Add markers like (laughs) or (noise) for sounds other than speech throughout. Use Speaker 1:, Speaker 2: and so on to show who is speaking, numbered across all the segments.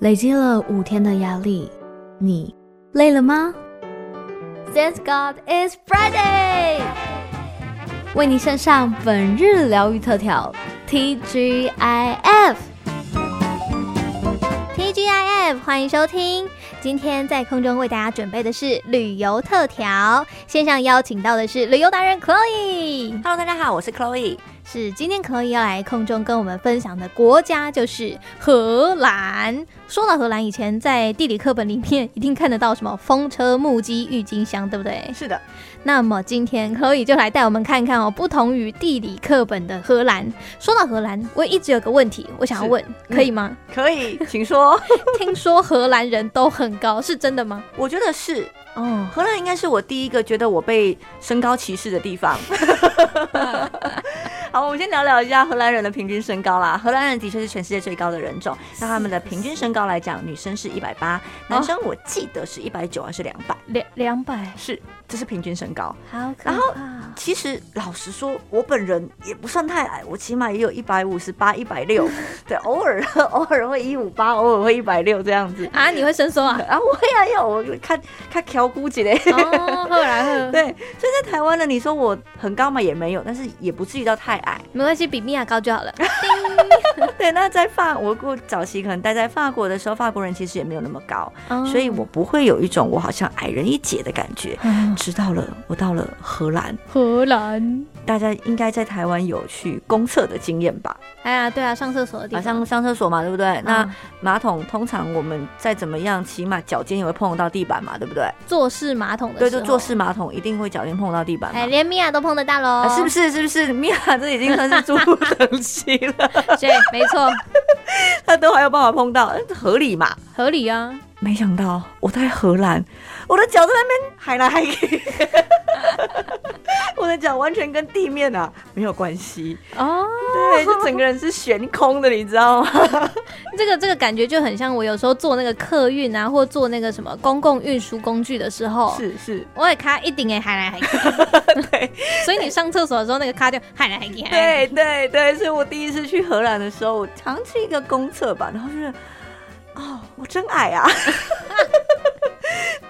Speaker 1: 累积了五天的压力，你累了吗
Speaker 2: ？Thank God it's Friday！
Speaker 1: 为你献上本日疗愈特调 TGIF。
Speaker 2: TGIF，欢迎收听。今天在空中为大家准备的是旅游特调，线上邀请到的是旅游达人 Chloe。
Speaker 3: Hello，大家好，我是 Chloe。
Speaker 2: 是今天可以要来空中跟我们分享的国家就是荷兰。说到荷兰，以前在地理课本里面一定看得到什么风车、木屐、郁金香，对不对？
Speaker 3: 是的。
Speaker 2: 那么今天可以就来带我们看看哦，不同于地理课本的荷兰。说到荷兰，我一直有个问题，我想要问，可以吗？
Speaker 3: 嗯、可以，请说。
Speaker 2: 听说荷兰人都很高，是真的吗？
Speaker 3: (laughs) 我觉得是。
Speaker 2: 哦，
Speaker 3: 荷兰应该是我第一个觉得我被身高歧视的地方。 (laughs) 好，我们先聊聊一下荷兰人的平均身高啦。荷兰人的确是全世界最高的人种。那他们的平均身高来讲，女生是一百八，男生我记得是一百九还是两百？
Speaker 2: 两两百
Speaker 3: 是，这是平均身高。
Speaker 2: 好
Speaker 3: 然后其实老实说，我本人也不算太矮，我起码也有一百五十八、一百 (laughs) 六，对，偶尔偶尔会一五八，偶尔会一百六这样子。
Speaker 2: 啊，你会伸缩 (laughs) 啊？
Speaker 3: 啊，我也有，我看看挑估计嘞。 (laughs)
Speaker 2: 哦，后来
Speaker 3: 后对，所以在台湾呢，你说我很高嘛，也没有，但是也不至于到太 (laughs) 矮，
Speaker 2: 没关系，比米娅高就好 (laughs) 了。
Speaker 3: 对，那在法，我过早期可能待在法国的时候，法国人其实也没有那么高，哦、所以我不会有一种我好像矮人一截的感觉。哦、直到了我到了荷兰，
Speaker 2: (laughs) 荷兰，
Speaker 3: 大家应该在台湾有去公厕的经验吧？
Speaker 2: 哎呀，对啊，上厕所的地方，
Speaker 3: 啊、上上厕所嘛，对不对？嗯、那马桶通常我们再怎么样，起码脚尖也会碰到地板嘛，对不对？
Speaker 2: 坐式马桶的
Speaker 3: 对，就坐式马桶一定会脚尖碰到地板，
Speaker 2: 哎，连米娅都碰得到喽、
Speaker 3: 啊，是不是？是不是？ (laughs) 米娅这已经算是猪等级了，
Speaker 2: 对，没错，
Speaker 3: 他都还有办法碰到， (laughs) 合理嘛？
Speaker 2: 合理
Speaker 3: (laughs)
Speaker 2: 啊！
Speaker 3: 没想到我在荷兰，我的脚在那边海来海 (laughs) 去。我的脚完全跟地面啊没有关系
Speaker 2: 哦，
Speaker 3: 对，就整个人是悬空的，你知道吗？
Speaker 2: 这个这个感觉就很像我有时候坐那个客运啊，或坐那个什么公共运输工具的时候，
Speaker 3: (laughs) 是是，
Speaker 2: 我也咔一顶哎海来海
Speaker 3: 去， (laughs) 对，
Speaker 2: 所以你上厕所的时候那个咔就海来海去，
Speaker 3: 对对对，所以我第一次去荷兰的时候，我常去一个公厕吧，然后就是哦，我真矮 (laughs) 啊。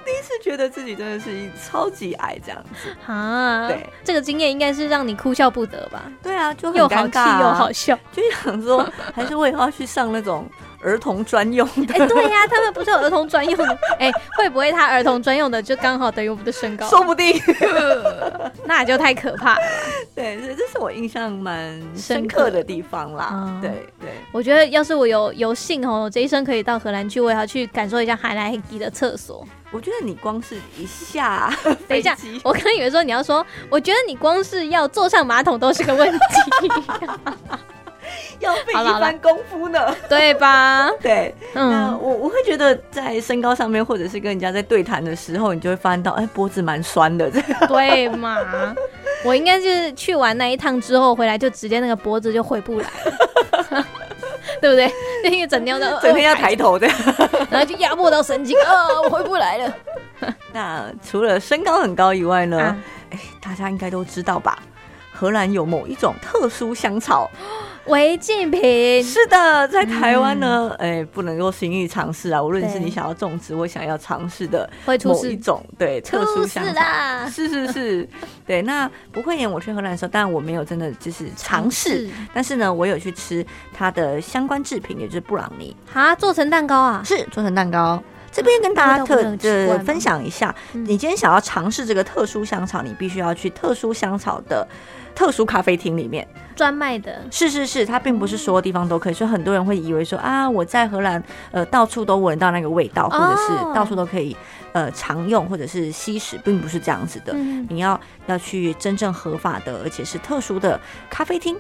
Speaker 3: 第一次觉得自己真的是超级矮这样子
Speaker 2: 啊！
Speaker 3: 对，
Speaker 2: 这个经验应该是让你哭笑不得吧？
Speaker 3: 对啊，就
Speaker 2: 又好气又好笑，
Speaker 3: 就想说还是我以后要去上那种儿童专用
Speaker 2: (laughs)
Speaker 3: 的。(laughs)
Speaker 2: 哎，对呀，他们不是有儿童专用的？哎，会不会他儿童专用的就刚好等于我们的身高？
Speaker 3: 说
Speaker 2: (laughs)
Speaker 3: 不定，
Speaker 2: 那就太可怕了。
Speaker 3: 对，这这是我印象蛮深刻的地方啦。
Speaker 2: 嗯
Speaker 3: 对对，
Speaker 2: 我觉得要是我有有幸哦，这一生可以到荷兰去，我也要去感受一下海莱迪的厕
Speaker 3: (laughs)
Speaker 2: 所。
Speaker 3: 我觉得你光是一下，
Speaker 2: (laughs) 等一下，我刚以为说你要说，我觉得你光是要坐上马桶都是个问
Speaker 3: (laughs)
Speaker 2: 题，
Speaker 3: 要费一番功夫呢，
Speaker 2: 对吧？
Speaker 3: 对，嗯，那我我会觉得在身高上面，或者是跟人家在对谈的时候，你就会发现到，哎，脖子蛮酸的， (laughs)
Speaker 2: 呃
Speaker 3: 这
Speaker 2: (laughs)
Speaker 3: 样
Speaker 2: 对嘛？我应该是去完那一趟之后回来，就直接那个脖子就回不来
Speaker 3: (laughs)
Speaker 2: (laughs) 了。对不对？就因为整天都
Speaker 3: 整天要抬头的，
Speaker 2: 呃然后就压迫到神经，啊，我回不来了。
Speaker 3: (laughs) 那除了身高很高以外呢？
Speaker 2: 嗯
Speaker 3: 哎、啊，大家应该都知道吧？荷兰有某一种特殊香草。 (laughs)
Speaker 2: 违禁品
Speaker 3: 是的，在台湾呢，哎、嗯欸，不能够轻易尝试啊。无论是你想要种植或想要尝试的某一种对特殊香
Speaker 2: 啦，
Speaker 3: 是是 (laughs) 是，对。那不会演我去荷兰的时候，但我没有真的就是尝试，是但是呢，我有去吃它的相关制品，也就是布朗尼
Speaker 2: 啊，做成蛋糕啊，
Speaker 3: 是做成蛋糕。这边跟大家特呃分享一下，嗯、你今天想要尝试这个特殊香草，你必须要去特殊香草的特殊咖啡厅里面
Speaker 2: 专卖的。
Speaker 3: 是是是，它并不是所有地方都可以，嗯、所以很多人会以为说啊，我在荷兰呃到处都闻到那个味道，或者是到处都可以呃常用或者是吸食，并不是这样子的。嗯、你要要去真正合法的，而且是特殊的咖啡厅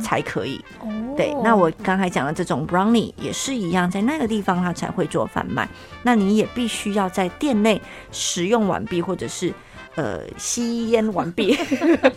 Speaker 3: 才可以。
Speaker 2: 嗯哦、
Speaker 3: 对，那我刚才讲的这种 brownie 也是一样，在那个地方它才会做贩卖。那你也必须要在店内食用完毕，或者是呃吸烟完毕。 (laughs)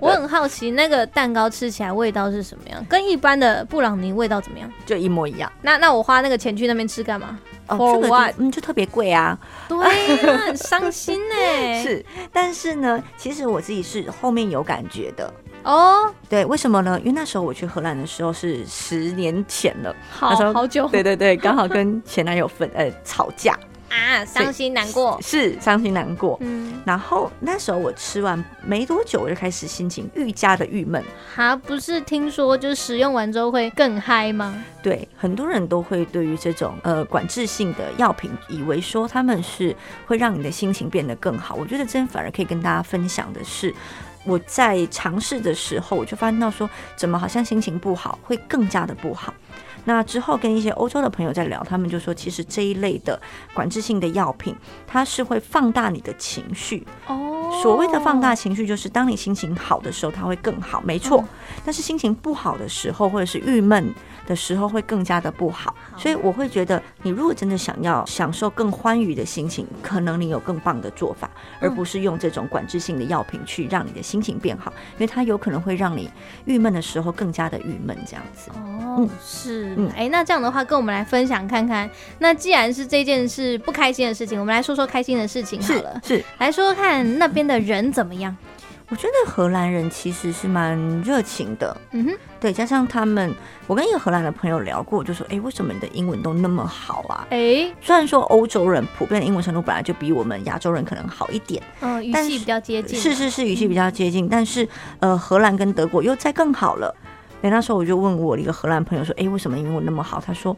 Speaker 2: 我很好奇，那个蛋糕吃起来味道是什么样？跟一般的布朗尼味道怎么样？
Speaker 3: 就一模一样。
Speaker 2: 那那我花那个钱去那边吃干嘛？
Speaker 3: 哦，这个嗯就特别贵啊，
Speaker 2: 对啊，
Speaker 3: (laughs)
Speaker 2: 很伤心呢、欸。
Speaker 3: 是，但是呢，其实我自己是后面有感觉的。
Speaker 2: 哦，
Speaker 3: 对，为什么呢？因为那时候我去荷兰的时候是十年前了，
Speaker 2: 好
Speaker 3: 那时候
Speaker 2: 好久
Speaker 3: (laughs) 对对 (laughs) 对，刚好跟前男友分呃吵架，
Speaker 2: 啊，伤心难过，
Speaker 3: 是伤心难过。
Speaker 2: 嗯，
Speaker 3: 然后那时候我吃完没多久，我就开始心情愈加的郁闷。
Speaker 2: 哈，不是听说就是使用完之后会更嗨吗？
Speaker 3: 对，很多人都会对于这种呃管制性的药品，以为说他们是会让你的心情变得更好。我觉得真反而可以跟大家分享的是，我在尝试的时候，我就发现到说，怎么好像心情不好，会更加的不好。那之后跟一些欧洲的朋友在聊，他们就说，其实这一类的管制性的药品，它是会放大你的情绪。
Speaker 2: 哦
Speaker 3: 所谓的放大情绪，就是当你心情好的时候，它会更好，没错。但是心情不好的时候，或者是郁闷的时候，会更加的不好。所以我会觉得，你如果真的想要享受更欢愉的心情，可能你有更棒的做法，而不是用这种管制性的药品去让你的心情变好，因为它有可能会让你郁闷的时候更加的郁闷，这样子。
Speaker 2: 哦
Speaker 3: 嗯，
Speaker 2: 是，
Speaker 3: 嗯
Speaker 2: 哎、那这样的话，跟我们来分享看看。那既然是这件事不开心的事情，我们来说说开心的事情好
Speaker 3: 是
Speaker 2: 了。
Speaker 3: 是，
Speaker 2: 来说说看那边的人怎么样？
Speaker 3: 我觉得荷兰人其实是蛮热情的，
Speaker 2: 嗯哼，
Speaker 3: 对，加上他们，我跟一个荷兰的朋友聊过，我就说，哎、为什么你的英文都那么好啊？
Speaker 2: 哎、
Speaker 3: 虽然说欧洲人普遍的英文程度本来就比我们亚洲人可能好一点，
Speaker 2: 嗯，语
Speaker 3: 但
Speaker 2: 气
Speaker 3: 是
Speaker 2: 比较接近，
Speaker 3: 是，是是，语系比较接近，但是呃，荷兰跟德国又再更好了。对，那时候我就问我一个荷兰朋友说：“诶，为什么英文那么好？”他说：“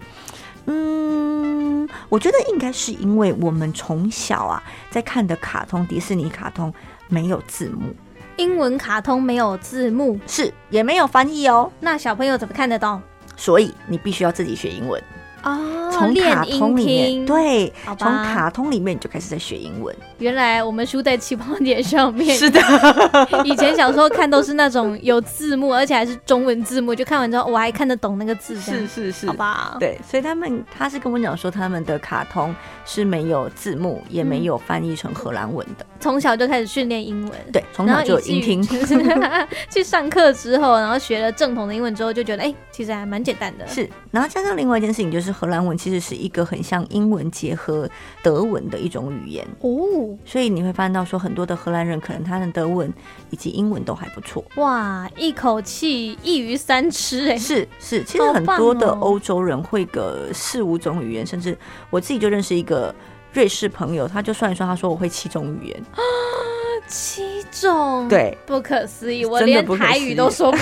Speaker 3: 嗯，我觉得应该是因为我们从小啊在看的卡通，迪士尼卡通没有字幕，
Speaker 2: 英文卡通没有字幕，
Speaker 3: 是也没有翻译哦，
Speaker 2: 那小朋友怎么看得懂？
Speaker 3: 所以你必须要自己学英文，
Speaker 2: 哦
Speaker 3: 从卡
Speaker 2: 练音
Speaker 3: 通里面
Speaker 2: 听，，
Speaker 3: 对，
Speaker 2: 好
Speaker 3: 从
Speaker 2: 吧
Speaker 3: 卡通里面你就开始在学英文，
Speaker 2: 原来我们输在起跑点上 (laughs) 面。
Speaker 3: 的，
Speaker 2: 以前小时候看都是那种有字幕，而且还是中文字幕，就看完之后我还看得懂那个字，这样
Speaker 3: 是是是
Speaker 2: 嗯好，吧？
Speaker 3: 对，所以他们他是跟我讲说，他们的卡通是没有字幕，也没有翻译成荷兰文的。
Speaker 2: 从小就开始训练英文，
Speaker 3: 对，从
Speaker 2: 嗯然
Speaker 3: 小
Speaker 2: 后
Speaker 3: 就有
Speaker 2: 以至于
Speaker 3: 音听。
Speaker 2: 就是 (laughs) 去上课之后，然后学了正统的英文之后，就觉得哎、其实还蛮简单的。
Speaker 3: 是，然后加上另外一件事情，就是荷兰文其实是一个很像英文结合德文的一种语言，
Speaker 2: 哦，
Speaker 3: 所以你会发现到说，很多的荷兰人可能他的德文以及英文都还不错。
Speaker 2: 哇，一口气一鱼三吃哎、
Speaker 3: 是是，其实
Speaker 2: 好
Speaker 3: 很
Speaker 2: 棒
Speaker 3: 多的
Speaker 2: 哦
Speaker 3: 欧洲人会个四五种语言，甚至我自己就认识一个瑞士朋友，他就算一算，他说我会七种语言。
Speaker 2: 嗯七种，， (laughs)
Speaker 3: 对，
Speaker 2: 不可思议，我
Speaker 3: 真的
Speaker 2: 连
Speaker 3: 不可
Speaker 2: 台
Speaker 3: 思
Speaker 2: 语
Speaker 3: 议
Speaker 2: 都
Speaker 3: (laughs)
Speaker 2: 说不，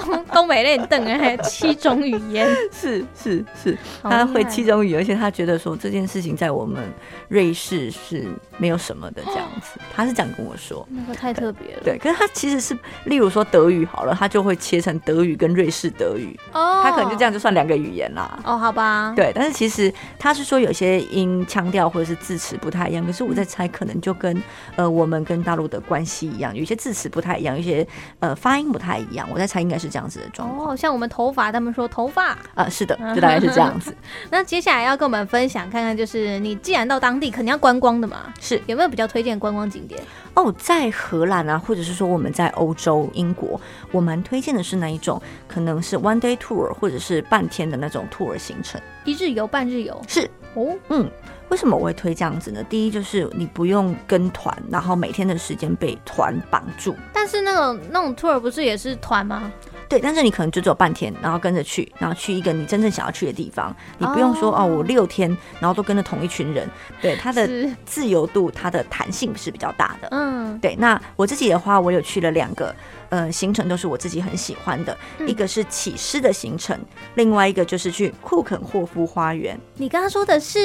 Speaker 2: 东东北人等啊人还有七种语言，
Speaker 3: 是是是，
Speaker 2: 好
Speaker 3: (laughs) 他
Speaker 2: 厉
Speaker 3: 会
Speaker 2: 害
Speaker 3: 七种语言，而且他觉得说这件事情在我们瑞士是没有什么的这样
Speaker 2: (laughs)
Speaker 3: 子，他是这样跟我说。
Speaker 2: 那个太特别了。
Speaker 3: 对，可是他其实是，例如说德语好了，他就会切成德语跟瑞士德语，
Speaker 2: 哦，
Speaker 3: 他可能就这样就算两个语言啦。
Speaker 2: 哦，好吧，
Speaker 3: 对，但是其实他是说有些音腔调或者是字词不太一样，可是我在猜，可能就跟呃我们跟大陆的关系一样，有些字词不太一样，有些呃发音不太一样，我在猜应该是这样子的状况。
Speaker 2: 哦，像我们头发，他们说头发。
Speaker 3: 啊、是的，就大概是这样子。
Speaker 2: 那接下来要跟我们分享看看，就是你既然到当地，肯定要观光的嘛，
Speaker 3: 是
Speaker 2: 有没有比较推荐的观光景点？
Speaker 3: 哦，在荷兰啊，或者是说我们在欧洲、英国，我蛮推荐的是那一种，可能是 one day tour 或者是半天的那种 tour 行程。
Speaker 2: 一日游、半日游
Speaker 3: 是，
Speaker 2: 哦，
Speaker 3: 嗯，为什么我会推这样子呢？第一就是你不用跟团，然后每天的时间被团绑住。
Speaker 2: 但是那种那种 tour 不是也是团吗？
Speaker 3: 对，但是你可能就只有半天，然后跟着去，然后去一个你真正想要去的地方。你不用说
Speaker 2: 哦
Speaker 3: 哦我六天，然后都跟着同一群人。对，它的
Speaker 2: 是，
Speaker 3: 自由度、它的弹性是比较大的。
Speaker 2: 嗯，
Speaker 3: 对，那我自己的话，我有去了两个，呃，行程都是我自己很喜欢的，
Speaker 2: 嗯
Speaker 3: 一个是起狮的行程，另外一个就是去库肯霍夫花园。
Speaker 2: 你刚刚说的是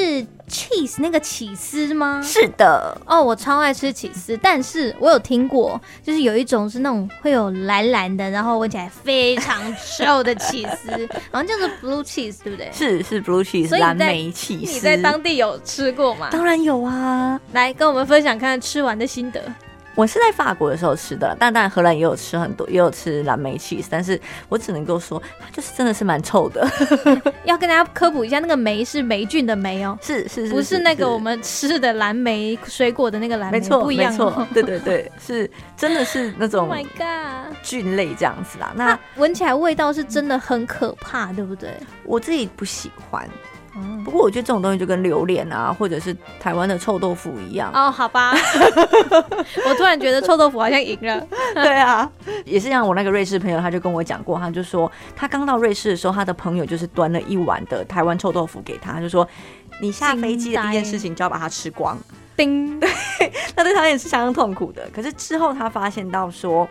Speaker 2: cheese 那个起司吗？
Speaker 3: 是的，
Speaker 2: 哦，我超爱吃起司，但是我有听过，就是有一种是那种会有蓝蓝的，然后闻起来非常臭的起司， (laughs) 好像叫做 blue cheese，对不对？
Speaker 3: 是是
Speaker 2: 所
Speaker 3: blue cheese
Speaker 2: 以你
Speaker 3: 蓝
Speaker 2: 在
Speaker 3: 莓起司。
Speaker 2: 你在当地有吃过吗？
Speaker 3: 当然有啊，
Speaker 2: 来跟我们分享看看吃完的心得。
Speaker 3: 我是在法国的时候吃的，但当然荷兰也有吃很多，也有吃蓝莓起司，但是我只能够说，它就是真的是蛮臭的。 (laughs)
Speaker 2: 要跟大家科普一下，那个霉是霉菌的霉哦，
Speaker 3: 是是是，
Speaker 2: 不是那个我。们吃的蓝莓水果的那个蓝莓，
Speaker 3: 没错，
Speaker 2: 不一
Speaker 3: 没
Speaker 2: 样、
Speaker 3: 错
Speaker 2: (laughs) 哦。，
Speaker 3: 对对对，是真的是那
Speaker 2: Oh
Speaker 3: 种
Speaker 2: my god！
Speaker 3: 菌类这样子啦。那
Speaker 2: 它闻起来味道是真的很可怕，对不对？
Speaker 3: 我自己不喜欢，
Speaker 2: 嗯
Speaker 3: 不过我觉得这种东西就跟榴莲啊，或者是台湾的臭豆腐一样，
Speaker 2: 哦，好吧，我突然觉得臭豆腐好像赢了。
Speaker 3: (laughs) 对啊，也是像我那个瑞士朋友，他就跟我讲过，他就说他刚到瑞士的时候，他的朋友就是端了一碗的台湾臭豆腐给他，他就说。你下飞机的第一件事情就要把它吃光，
Speaker 2: 叮，
Speaker 3: 那对他也是相当痛苦的。可是之后他发现到说，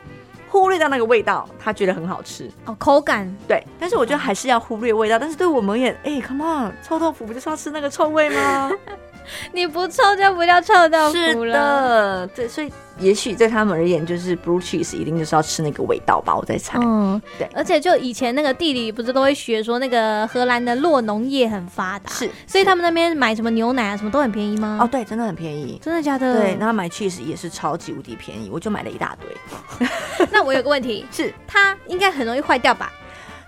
Speaker 3: 忽略掉那个味道，他觉得很好吃。
Speaker 2: 哦，口感
Speaker 3: 对，但是我觉得还是要忽略味道。但是对我们也，哎、c o m e on，臭豆腐不就是要吃那个臭味 (laughs) 吗？
Speaker 2: 你不臭就不叫臭豆腐
Speaker 3: 是
Speaker 2: 了。
Speaker 3: 的，对，所以也许对他们而言，就是 blue cheese 一定就是要吃那个味道吧，我在猜。
Speaker 2: 嗯，
Speaker 3: 哦对
Speaker 2: 而且就以前那个地理不是都会学说那个荷兰的洛农业很发达，
Speaker 3: 是，
Speaker 2: 所以他们那边买什么牛奶啊什么都很便宜吗？
Speaker 3: 哦，，对，真的很便宜。
Speaker 2: 真的假的？
Speaker 3: 对，然后买 cheese 也是超级无敌便宜，我就买了一大堆。
Speaker 2: (laughs) 那我有个问题，
Speaker 3: 是
Speaker 2: 它应该很容易坏掉吧？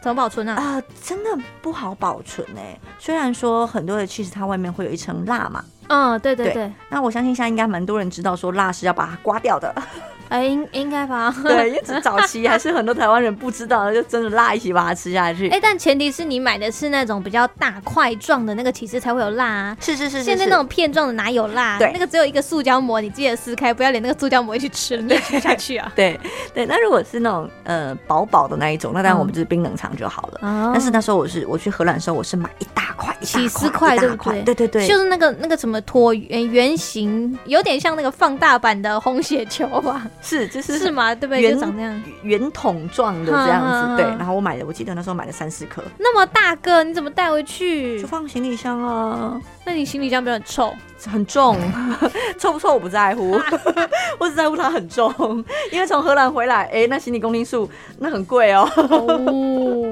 Speaker 2: 怎么保存啊？
Speaker 3: 啊、真的不好保存哎、虽然说很多的 cheese 它外面会有一层蜡嘛，
Speaker 2: 嗯，对对
Speaker 3: 啊对
Speaker 2: 对，
Speaker 3: 那我相信现在应该蛮多人知道说蜡是要把它刮
Speaker 2: (laughs)
Speaker 3: 掉的。
Speaker 2: 哎，应应该吧。
Speaker 3: 对，因为早期还是很多台湾人不知道的，就真的蜡一起把它吃下去。
Speaker 2: (laughs) 哎，但前提是你买的是那种比较大块状的那个，起司才会有辣啊。
Speaker 3: 是是是是
Speaker 2: 现在
Speaker 3: 是
Speaker 2: 那种片状的哪有辣？啊
Speaker 3: 对
Speaker 2: 那个只有一个塑胶膜，你记得撕开，不要连那个塑胶膜一起吃了，你也吃不下去
Speaker 3: (laughs)
Speaker 2: 啊。
Speaker 3: 对对，那如果是那种呃薄薄的那一种，那当然
Speaker 2: 嗯
Speaker 3: 我们就是冰冷藏就好了。
Speaker 2: 哦
Speaker 3: 但是那时候我是我去荷兰的时候，我是买一大块一
Speaker 2: 起
Speaker 3: 大
Speaker 2: 司块
Speaker 3: 块一
Speaker 2: 对
Speaker 3: 大
Speaker 2: 不
Speaker 3: 块，
Speaker 2: 对
Speaker 3: 对对对，
Speaker 2: 就是那个那个什么椭圆哎圆形，有点像那个放大版的红血球吧？
Speaker 3: 是 (laughs) 就是
Speaker 2: 是吗？对不对？
Speaker 3: 圆
Speaker 2: 就长那样，
Speaker 3: 圆筒状的这样
Speaker 2: 嗯嗯嗯
Speaker 3: 子，对。然后我买的，我记得那时候买了三四颗，
Speaker 2: 那么大个，你怎么带回去
Speaker 3: 就？放行李箱啊，
Speaker 2: 那你行李箱不是很
Speaker 3: (laughs)
Speaker 2: 臭？
Speaker 3: 很重，臭不臭我不在乎， (laughs) 我只在乎它很重，因为从荷兰回来，哎、那行李公斤数那很贵哦。
Speaker 2: 哦，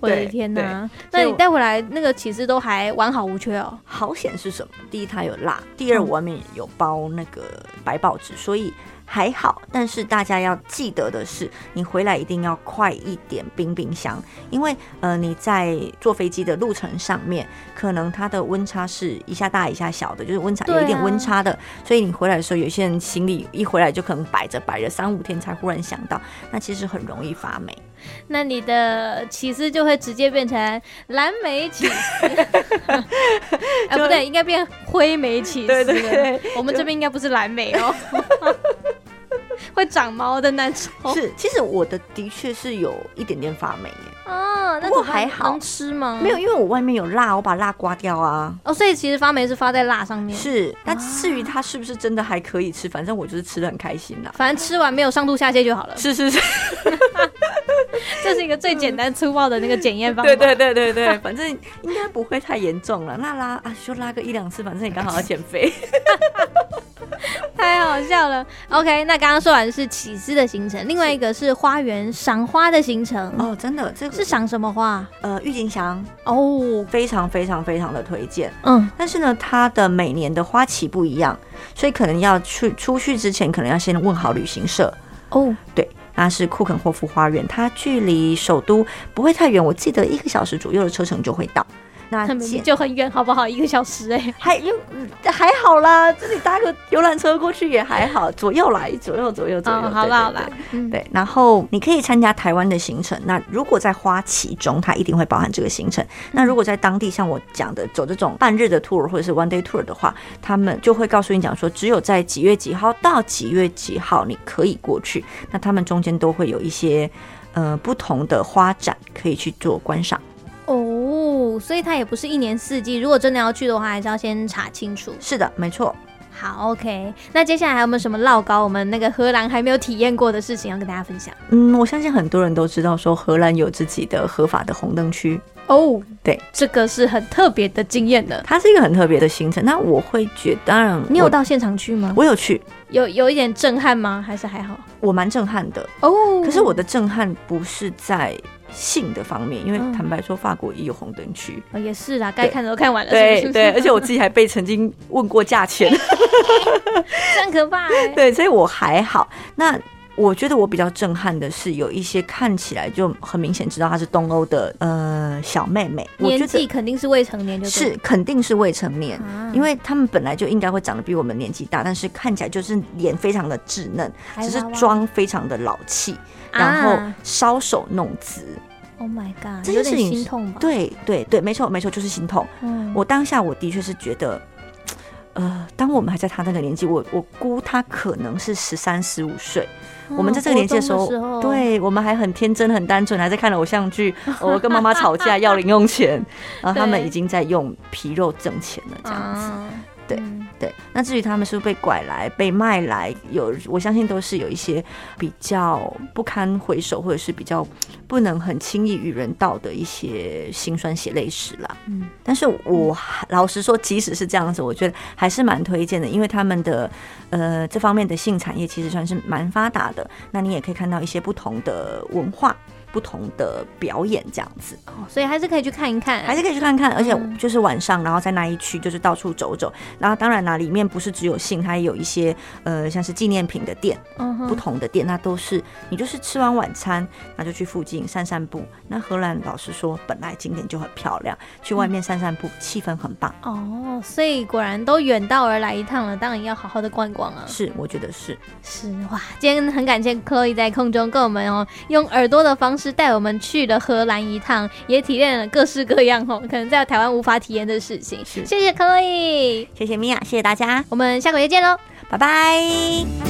Speaker 2: 我的
Speaker 3: 对
Speaker 2: 天哪！
Speaker 3: 所
Speaker 2: 那
Speaker 3: 以
Speaker 2: 你
Speaker 3: 我
Speaker 2: 带回来那个起司都还完好无缺哦。
Speaker 3: 好险是什么？第一它有辣，第
Speaker 2: 嗯
Speaker 3: 二我外面有包那个白报纸，所以还好。但是大家要记得的是，你回来一定要快一点冰冰箱，因为呃你在坐飞机的路程上面，可能它的温差是一下大一下小的，就是温差
Speaker 2: 对啊
Speaker 3: 有一点温差的，所以你回来的时候，有些人行李一回来就可能摆着摆着三五天才忽然想到，那其实很容易发霉。
Speaker 2: 那你的起司就会直接变成蓝莓起
Speaker 3: (laughs)
Speaker 2: 司，哎，
Speaker 3: 就
Speaker 2: 不对，应该变灰莓起司。
Speaker 3: 对对对，
Speaker 2: 我们这边应该不是蓝莓
Speaker 3: (laughs)
Speaker 2: 哦，会长毛的那种。
Speaker 3: 是，其实我的的确是有一点点发霉耶。
Speaker 2: 啊，那
Speaker 3: 不过
Speaker 2: 怎么办
Speaker 3: 还好
Speaker 2: 能吃吗？
Speaker 3: 没有，因为我外面有蜡，我把蜡刮掉啊。
Speaker 2: 哦，所以其实发霉是发在辣上面。啊
Speaker 3: 是，那至于它是不是真的还可以吃，反正我就是吃的很开心
Speaker 2: (laughs)
Speaker 3: 啦、
Speaker 2: 反正吃完没有上吐下泻就好了，
Speaker 3: 是是是，
Speaker 2: 这是一个最简单粗暴的那个检验方法。
Speaker 3: 对对对对对，
Speaker 2: (laughs)
Speaker 3: 反正应该不会太严重了。那拉啊，就拉个一两次，反正也刚好要减
Speaker 2: (laughs)
Speaker 3: 肥。
Speaker 2: 太好笑了。OK，那刚刚说完的是起司的行程，另外一个是花园赏花的行程，
Speaker 3: 哦，真的，这个
Speaker 2: 是赏什么花？
Speaker 3: 呃郁金香，
Speaker 2: 哦，
Speaker 3: 非常非常非常的推荐。
Speaker 2: 嗯，
Speaker 3: 但是呢，它的每年的花期不一样，所以可能要去出去之前，可能要先问好旅行社。
Speaker 2: 哦，
Speaker 3: 对，那是库肯霍夫花园，它距离首都不会太远，我记得一个小时左右的车程就会到。那
Speaker 2: 很
Speaker 3: 建
Speaker 2: 明就很远，好不好？一个小时哎、
Speaker 3: (laughs) 还又还好啦，自己搭个游览车过去也还
Speaker 2: (laughs)
Speaker 3: 好，左右来，左右左右左右，
Speaker 2: 哦，
Speaker 3: 对
Speaker 2: 好啦好。
Speaker 3: 对
Speaker 2: 啦
Speaker 3: 对，
Speaker 2: 嗯，
Speaker 3: 对，然后你可以参加台湾的行程。那如果在花期中，它一定会包含这个行
Speaker 2: 嗯
Speaker 3: 程。那如果在当地像我讲的走这种半日的 tour 或者是 one day tour 的话，他们就会告诉你讲说，只有在几月几号到几月几号你可以过去。那他们中间都会有一些呃不同的花展可以去做观赏。
Speaker 2: 哦，所以它也不是一年四季，如果真的要去的话，还是要先查清楚。
Speaker 3: 是的，没错。
Speaker 2: 好，OK，那接下来还有没有什么唠高我们那个荷兰还没有体验过的事情要跟大家分享？
Speaker 3: 嗯，我相信很多人都知道说荷兰有自己的合法的红灯区。
Speaker 2: 哦，
Speaker 3: 对，
Speaker 2: 这个是很特别的经验的。
Speaker 3: 它是一个很特别的行程。那我会觉得，当然
Speaker 2: 你有
Speaker 3: 我，
Speaker 2: 到现场去吗？
Speaker 3: 我有去，
Speaker 2: 有有一点震撼吗？还是还好？
Speaker 3: 我蛮震撼的。
Speaker 2: 哦
Speaker 3: 可是我的震撼不是在性的方面，因为
Speaker 2: 嗯
Speaker 3: 坦白说，法国也有红灯
Speaker 2: (laughs)
Speaker 3: 区。
Speaker 2: 哦也是啦，该看的都看完了，是不
Speaker 3: 对
Speaker 2: 是
Speaker 3: 对，
Speaker 2: (laughs)
Speaker 3: 而且我自己还被曾经问过价钱，
Speaker 2: 这样可怕、欸。
Speaker 3: 对，所以我还好。那我觉得我比较震撼的是，有一些看起来就很明显知道她是东欧的呃小妹妹，我
Speaker 2: 年
Speaker 3: 觉
Speaker 2: 纪
Speaker 3: 得
Speaker 2: 肯定是未成年就对
Speaker 3: 是肯定是未成年
Speaker 2: 了，，啊
Speaker 3: 因为他们本来就应该会长得比我们年纪大，但是看起来就是脸非常的稚嫩，只是
Speaker 2: 还娃娃
Speaker 3: 妆非常的老气，然后
Speaker 2: 啊
Speaker 3: 搔首弄姿。
Speaker 2: Oh my god，
Speaker 3: 这
Speaker 2: 有
Speaker 3: 件
Speaker 2: 点
Speaker 3: 事情
Speaker 2: 心
Speaker 3: 是
Speaker 2: 痛吧？，
Speaker 3: 对对对，没错没错，就是心痛。
Speaker 2: 嗯
Speaker 3: 我当下我的确是觉得，呃，当我们还在他那个年纪，我我估他可能是十三十五岁，
Speaker 2: 嗯
Speaker 3: 我们在这个年纪的时候，对我们还很天真很单纯，还在看偶像剧，偶尔哦跟妈妈吵架要零用钱，然后他们
Speaker 2: 对
Speaker 3: 已经在用皮肉挣钱了，这样子。
Speaker 2: 子，
Speaker 3: 对
Speaker 2: 啊嗯
Speaker 3: 对，那至于他们是不是被拐来、被卖来，有我相信都是有一些比较不堪回首，或者是比较不能很轻易与人道的一些辛酸血泪史啦。
Speaker 1: 嗯，
Speaker 3: 但是我还老实说，即使是这样子，我觉得还是蛮推荐的，因为他们的呃这方面的性产业其实算是蛮发达的。那你也可以看到一些不同的文化。不同的表演这样子，
Speaker 2: 哦所以还是可以去看一看，
Speaker 3: 还是可以去看看，而且
Speaker 2: 嗯
Speaker 3: 就是晚上，然后在那一区就是到处走走，然后当然啦，里面不是只有性，它也有一些呃像是纪念品的店，
Speaker 2: 嗯哼
Speaker 3: 不同的店，那都是你就是吃完晚餐，那就去附近散散步。那荷兰老实说，本来景点就很漂亮，去外面散散步，气氛很棒。
Speaker 2: 哦，所以果然都远道而来一趟了，当然要好好的逛逛啊。
Speaker 3: 是，我觉得是。
Speaker 2: 是哇，今天很感谢 Chloe 在空中跟我们哦，用耳朵的方式带我们去了荷兰一趟，也体验了各式各样哦，可能在台湾无法体验的事情。
Speaker 3: 是
Speaker 2: 谢谢 Chloe，
Speaker 3: 谢谢米娅，谢谢大家，
Speaker 2: 我们下个月见喽。
Speaker 3: 拜拜。